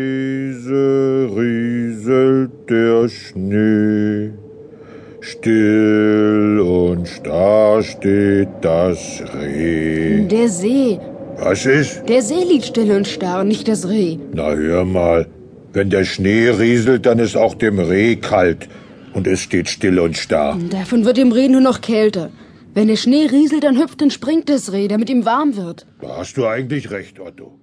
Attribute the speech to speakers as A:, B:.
A: Leise rieselt der Schnee, still und starr steht das Reh.
B: Der See.
A: Was ist?
B: Der See liegt still und starr und nicht das Reh.
A: Na hör mal, wenn der Schnee rieselt, dann ist auch dem Reh kalt und es steht still und starr.
B: Davon wird dem Reh nur noch kälter. Wenn der Schnee rieselt, dann hüpft und springt das Reh, damit ihm warm wird.
A: Da hast du eigentlich recht, Otto.